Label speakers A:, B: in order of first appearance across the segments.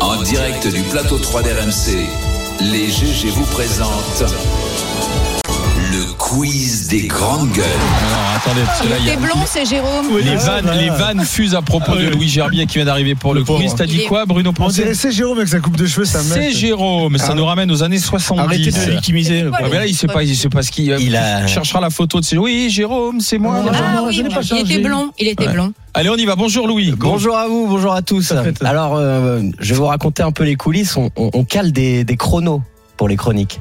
A: En direct du plateau 3 d'RMC, les GG vous présentent le quiz des grandes gueules.
B: Alors, attendez, parce que là, il y
C: T'es
B: a-
C: blond, c'est Jérôme.
D: Ah,
B: les vannes, les vannes fusent à propos de Louis Gerbier qui vient d'arriver pour le quiz. T'as
C: Il
B: dit
C: est-
B: quoi, Bruno
D: On
B: Poncet
D: dirait c'est Jérôme avec sa coupe de cheveux, ça Ah.
B: C'est Jérôme, ça nous ramène aux années 70.
D: victimiser.
C: le
B: Ah, mais là, il sait pas, il sait pas ce qu'il.
E: Il a-
B: cherchera la photo de ses. Oui, Jérôme, c'est moi.
D: Ah,
C: Ah
D: non,
C: oui,
D: je n'ai pas
C: il
D: changé.
C: était blond. Il était
B: Ouais.
C: blond.
B: Allez, on y va. Bonjour Louis.
E: Bonjour à vous, bonjour à tous.
D: fait.
E: Alors, euh, je vais vous raconter un peu les coulisses. On, on- on cale des, des chronos pour les chroniques.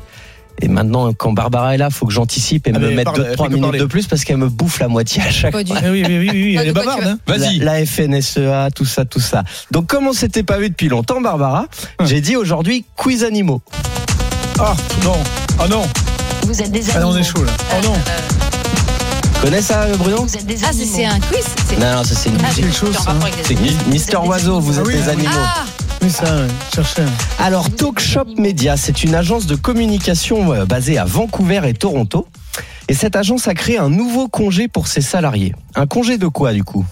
E: Et maintenant, quand Barbara est là, faut que j'anticipe et
D: Ah,
E: me
D: mais
E: mettre
D: parle,
E: 2-3
D: fais-nous
E: minutes
D: parler.
E: de plus parce qu'elle me bouffe la moitié à chaque
C: Pas du
E: fois.
C: tout.
D: Eh Oui, oui, oui, oui,
C: Ah,
D: elle
C: de
D: est
C: quoi
D: bavarde.
C: tu veux
D: hein.
B: Vas-y.
E: La, la FNSEA, E tout ça, tout ça. Donc, comme on s'était pas vu depuis longtemps, Barbara,
D: Hein.
E: j'ai dit aujourd'hui quiz animaux.
D: Ah non, ah non,
F: Vous êtes des
D: ah non,
F: animaux.
D: on est chaud là. Oh non,
E: Tu Connais ça, euh, Bruno
F: Vous êtes des
C: Ah, c'est-
F: animaux.
C: c'est un quiz. c'est-
E: Non, non, ça c'est une
C: Ah,
D: c'est
C: j'ai
D: quelque chose,
C: en
D: ça,
C: rapport avec les
E: C'est
C: animaux.
E: Mi- Mister
C: Vous êtes des
E: Oiseau, vous
D: Ah
E: êtes
D: oui,
E: des
D: ah oui.
E: animaux.
C: Ah,
D: mais ça, ouais, cherchez.
E: Alors, Talk Shop Media, c'est une agence de communication euh, basée à Vancouver et Toronto. Et cette agence a créé un nouveau congé pour ses salariés. Un congé de quoi, du coup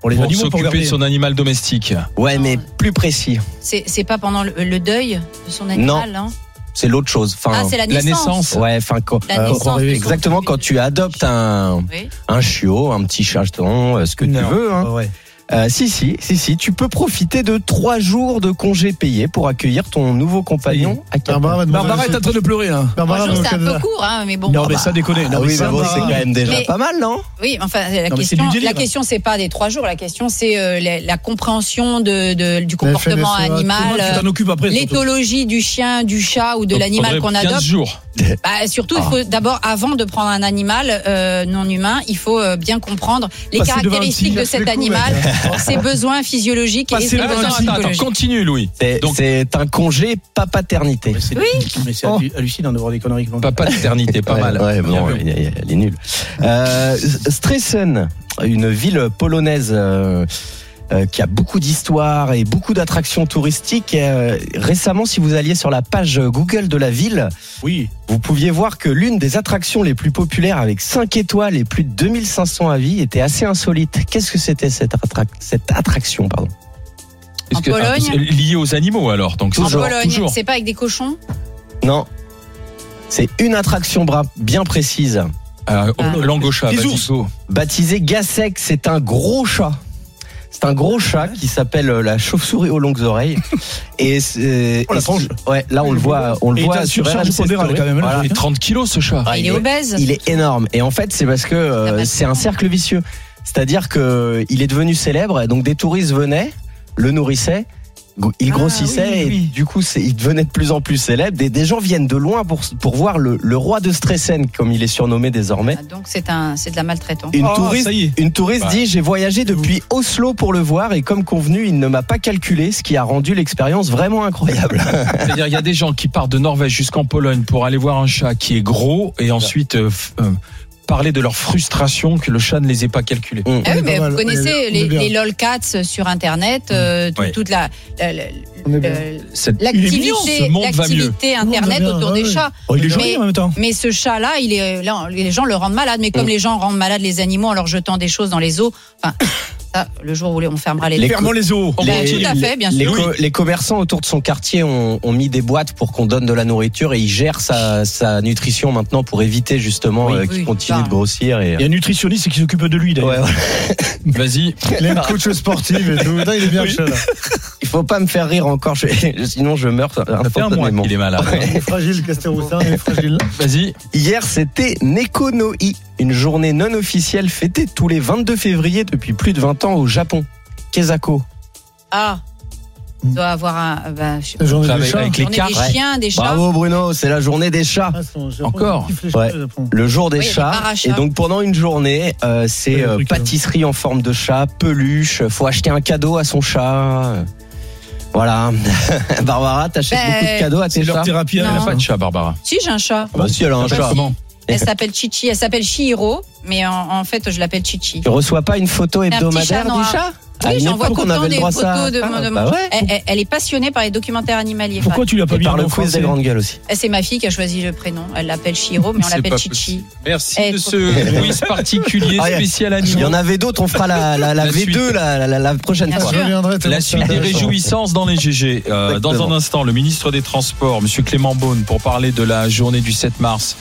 E: Pour les
B: Pour
E: animaux pour
B: s'occuper de
E: garder
B: son animal domestique.
E: Ouais, mais plus précis.
C: c'est c'est pas pendant le, le deuil de son animal. hein.
E: C'est l'autre chose. Enfin,
C: Ah, c'est la
B: La
C: naissance.
B: naissance.
E: Ouais, enfin, quand-
C: La
E: euh,
C: naissance de son-
E: exactement quand tu adoptes un,
C: Oui.
E: un chiot, un petit chaton, euh, ce que tu
D: Non.
E: veux. hein.
D: Ah, ouais.
E: Euh, si, si, si, si, tu peux profiter de trois jours de congé payés pour accueillir ton nouveau compagnon à Cap-
D: Barbara va demander
G: Barbara est en train de pleurer là.
D: Barbara
C: Moi, je
D: va
C: trouve
D: au
C: que c'est un
D: Canada.
C: peu court, hein, mais bon.
G: Non mais
E: bah,
G: ça déconne.
E: Ah
G: Non,
E: oui,
G: mais
E: mais
G: ça
E: bon,
G: va.
E: c'est quand même déjà
C: Mais-
E: pas mal, non
C: Oui, enfin, la
G: Non, mais c'est
C: question,
G: du délire.
C: la question, c'est pas des trois jours. La question, c'est euh, la, la compréhension de, de- du comportement
D: FNSEA,
G: Comment
C: animal,
G: tu
C: euh,
G: t'en occupes après surtout
C: l'éthologie du chien, du chat ou de
B: Donc,
C: l'animal
B: faudrait
C: qu'on
B: 15
C: adopte.
B: jours.
C: Bah, surtout, il
E: Ah.
C: faut d'abord, avant de prendre un animal euh, non humain, il faut euh, bien comprendre les
D: Passer devant un
C: caractéristiques
D: petit,
C: de
D: chercher
C: cet
D: le coup,
C: animal,
G: Oh,
C: ses besoins physiologiques et
B: Passer
C: ses
B: le-
C: besoins
B: attends, attends, attends,
C: psychologiques.
B: continue Louis.
E: C'est-
B: Donc-
E: C'est un congé pas paternité.
G: Mais c'est- Mais c'est hallu- hallucinant de voir des conneries. comme ça.
B: Papa d'éternité, pas
E: Ouais,
B: mal.
E: ouais, bon,
B: Bien vu.
E: elle, est- elle est nulle. Euh, Stresen, une ville polonaise euh, euh, qui a beaucoup d'histoire et beaucoup d'attractions touristiques. Euh, récemment, si vous alliez sur la page Google de la ville,
G: Oui.
E: vous pouviez voir que l'une des attractions les plus populaires avec 5 étoiles et plus de 2500 avis était assez insolite. Qu'est-ce que c'était cette, attrac- cette attraction pardon
B: Est-ce
C: En Pologne.
B: ah, lié aux animaux alors. Donc
C: En
B: toujours,
C: Pologne,
B: toujours.
C: c'est pas avec des cochons
E: Non. C'est une attraction bra- bien précise.
C: Ah.
B: Euh, Langocha,
G: Des
B: vas-y,
G: ours.
B: go.
E: Baptisé Gasek, c'est un gros chat. C'est un gros chat qui s'appelle euh, la chauve-souris aux longues oreilles. Et, c'est-
G: Oh, la
E: et-
G: tranche.
E: ouais, là on le voit, on le
G: Et il est
E: voit
G: en
E: sur
G: surcharge
E: RMC
G: pondérale,
E: Story.
G: quand même, hein.
E: Voilà.
B: Il fait 30 kilos ce chat.
E: Ah,
C: Il est
E: il est-
C: obèse.
E: Il est énorme. Et en fait, c'est parce que euh,
C: Ça passe
E: c'est un
C: pas.
E: cercle vicieux. C'est-à-dire que il est devenu célèbre. Donc des touristes venaient, le nourrissaient. go- Il
G: Ah,
E: grossissait
G: oui,
E: et
G: oui.
E: du coup, c'est- il devenait de plus en plus célèbre. Des, des gens viennent de loin pour, pour voir le, le roi de Stresen, comme il est surnommé désormais.
C: Ah, Donc c'est un, c'est de la maltraitance.
E: Une
G: Ah,
E: touriste
G: Ça y est.
E: une touriste
B: Bah.
E: dit j'ai voyagé depuis Oslo pour le voir et comme convenu il ne m'a pas calculé ce qui a rendu l'expérience vraiment incroyable.
B: C'est-à-dire, il y a des gens qui partent de Norvège jusqu'en Pologne pour aller voir un chat qui est gros et ensuite euh, f- euh, parler de leur frustration que le chat ne les ait pas calculés.
C: Ah oui,
D: On est
C: mais
D: pas
C: vous
D: mal, on est-
C: connaissez
D: on
C: les,
D: est bien.
C: les lolcats sur Internet, euh, tout-
B: Ouais.
C: toute la, la- la-
D: On est bien.
C: euh,
B: Cette- Il est mignon,
C: l'activité,
B: ce monde va mieux.
C: l'activité
D: monde va
C: Internet
D: bien,
C: autour
D: ah
C: des
D: oui.
C: chats.
G: Oh, il est
C: Mais-
G: joli en même temps.
C: Mais ce chat-là, il est euh, là, les gens le rendent malade. Mais comme
E: Mm.
C: les gens rendent malade les animaux en leur jetant des choses dans les eaux, enfin, ça, le jour où les- on fermera les,
E: Les
G: Fermons les eaux.
C: Ben, tout à fait, bien
E: les,
C: sûr.
E: co- les commerçants autour de son quartier ont, ont mis des boîtes pour qu'on donne de la nourriture et il gère sa, sa nutrition maintenant pour éviter justement
C: Oui,
E: euh,
C: oui, Bah.
E: qu'il
C: c'est
E: continue
C: ça.
E: de grossir. Et...
G: Il y a un nutritionniste qui s'occupe de lui d'ailleurs.
E: Ouais, ouais.
B: Vas-y.
D: Il est coach sportif et tout. Non, il est bien le chat là.
E: Il faut pas me faire rire encore, je- sinon je meurs
B: Ça fait un mois
E: instantanément.
B: qu'il est malade.
D: Il est fragile, Casteroussa, il est fragile.
B: Vas-y.
E: Hier, c'était Nekonoi, une journée non officielle fêtée tous les 22 février depuis plus de 20 ans au Japon. Kezako.
C: Ah, il doit avoir un. ben, je sais pas.
D: La journée des
B: Avec,
D: chats.
B: avec les
C: On est
B: cartes.
C: des chiens, des chats.
E: Bravo Bruno, c'est la journée des chats.
D: Ah, son- Japon,
B: Encore.
D: il kiffe les chats,
E: Ouais.
D: le Japon.
E: Le jour des
C: Oui, il y a des
E: chats.
C: barachats.
E: Et donc pendant une journée, euh,
D: Ouais,
E: c'est
D: le
E: euh,
D: truc, là.
E: pâtisserie en forme de chat, peluche. Faut acheter un cadeau à son chat. Euh, Voilà. Barbara, t'achètes
C: Ben,
E: beaucoup de cadeaux à tes
G: C'est leur
E: chats.
G: thérapie.
B: Elle
G: à
B: n'a
C: Non.
B: pas de chat, Barbara.
C: Si, j'ai un chat.
E: Bah, si, elle a un
C: Ah,
E: chat.
C: si. Elle s'appelle Chichi. Elle s'appelle Chihiro, mais en, en fait, je l'appelle Chichi.
E: Tu reçois pas une photo
C: C'est un petit chat
E: hebdomadaire du
C: noir.
E: chat À une
C: Oui, j'en
E: époque,
C: vois
E: on
C: qu'autant
E: avait le
C: des
E: droit à
C: photos
E: ça.
C: de
E: Ah,
C: mon- de mon-
E: bah ouais.
C: Elle, elle- elle est passionnée par les documentaires animaliers.
G: Pourquoi tu l'as pas
E: Et
G: mis
E: par
G: en
E: le
G: nom
E: quiz des
G: français
E: grandes gueules aussi.
C: Enfin, C'est ma fille qui a choisi le prénom. Elle l'appelle Chiro, mais on
B: C'est
C: l'appelle
B: pas
C: Chichi.
B: possible. Merci
C: Eh,
B: de
C: faut-
B: ce quiz particulier
E: Ah, y a-
B: spécial
E: Il y
B: animaux.
E: en avait d'autres, on fera la, la, la
B: La suite.
E: V2 la, la, la prochaine
C: Bien
E: fois.
C: sûr.
D: reviendrai tellement
B: La
D: hein, c'est
B: suite des
D: intéressant.
B: réjouissances dans les GG. Euh,
E: Exactement.
B: dans un instant, le ministre des Transports, Monsieur Clément Beaune, pour parler de la journée du 7 mars.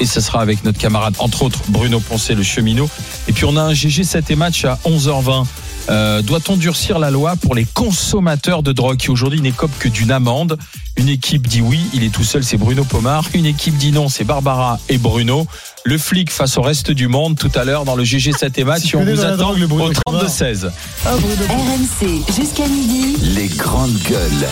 B: Et ce sera avec notre camarade, entre autres, Bruno Poncet, le cheminot. Et puis on a un GG 7 et match à 11h20. Euh, Doit-on durcir la loi pour les consommateurs de drogue qui aujourd'hui n'écopent que d'une amende Une équipe dit oui, il est tout seul, c'est Bruno Pomar. Une équipe dit non, c'est Barbara et Bruno. Le flic face au reste du monde tout à l'heure dans le GG 7 et match. Et on
D: connaît
B: vous
D: dans la
B: attend
D: drogue, le Bruno
B: au
D: Pomar.
B: 32-16.
F: RMC jusqu'à midi.
A: Les grandes gueules.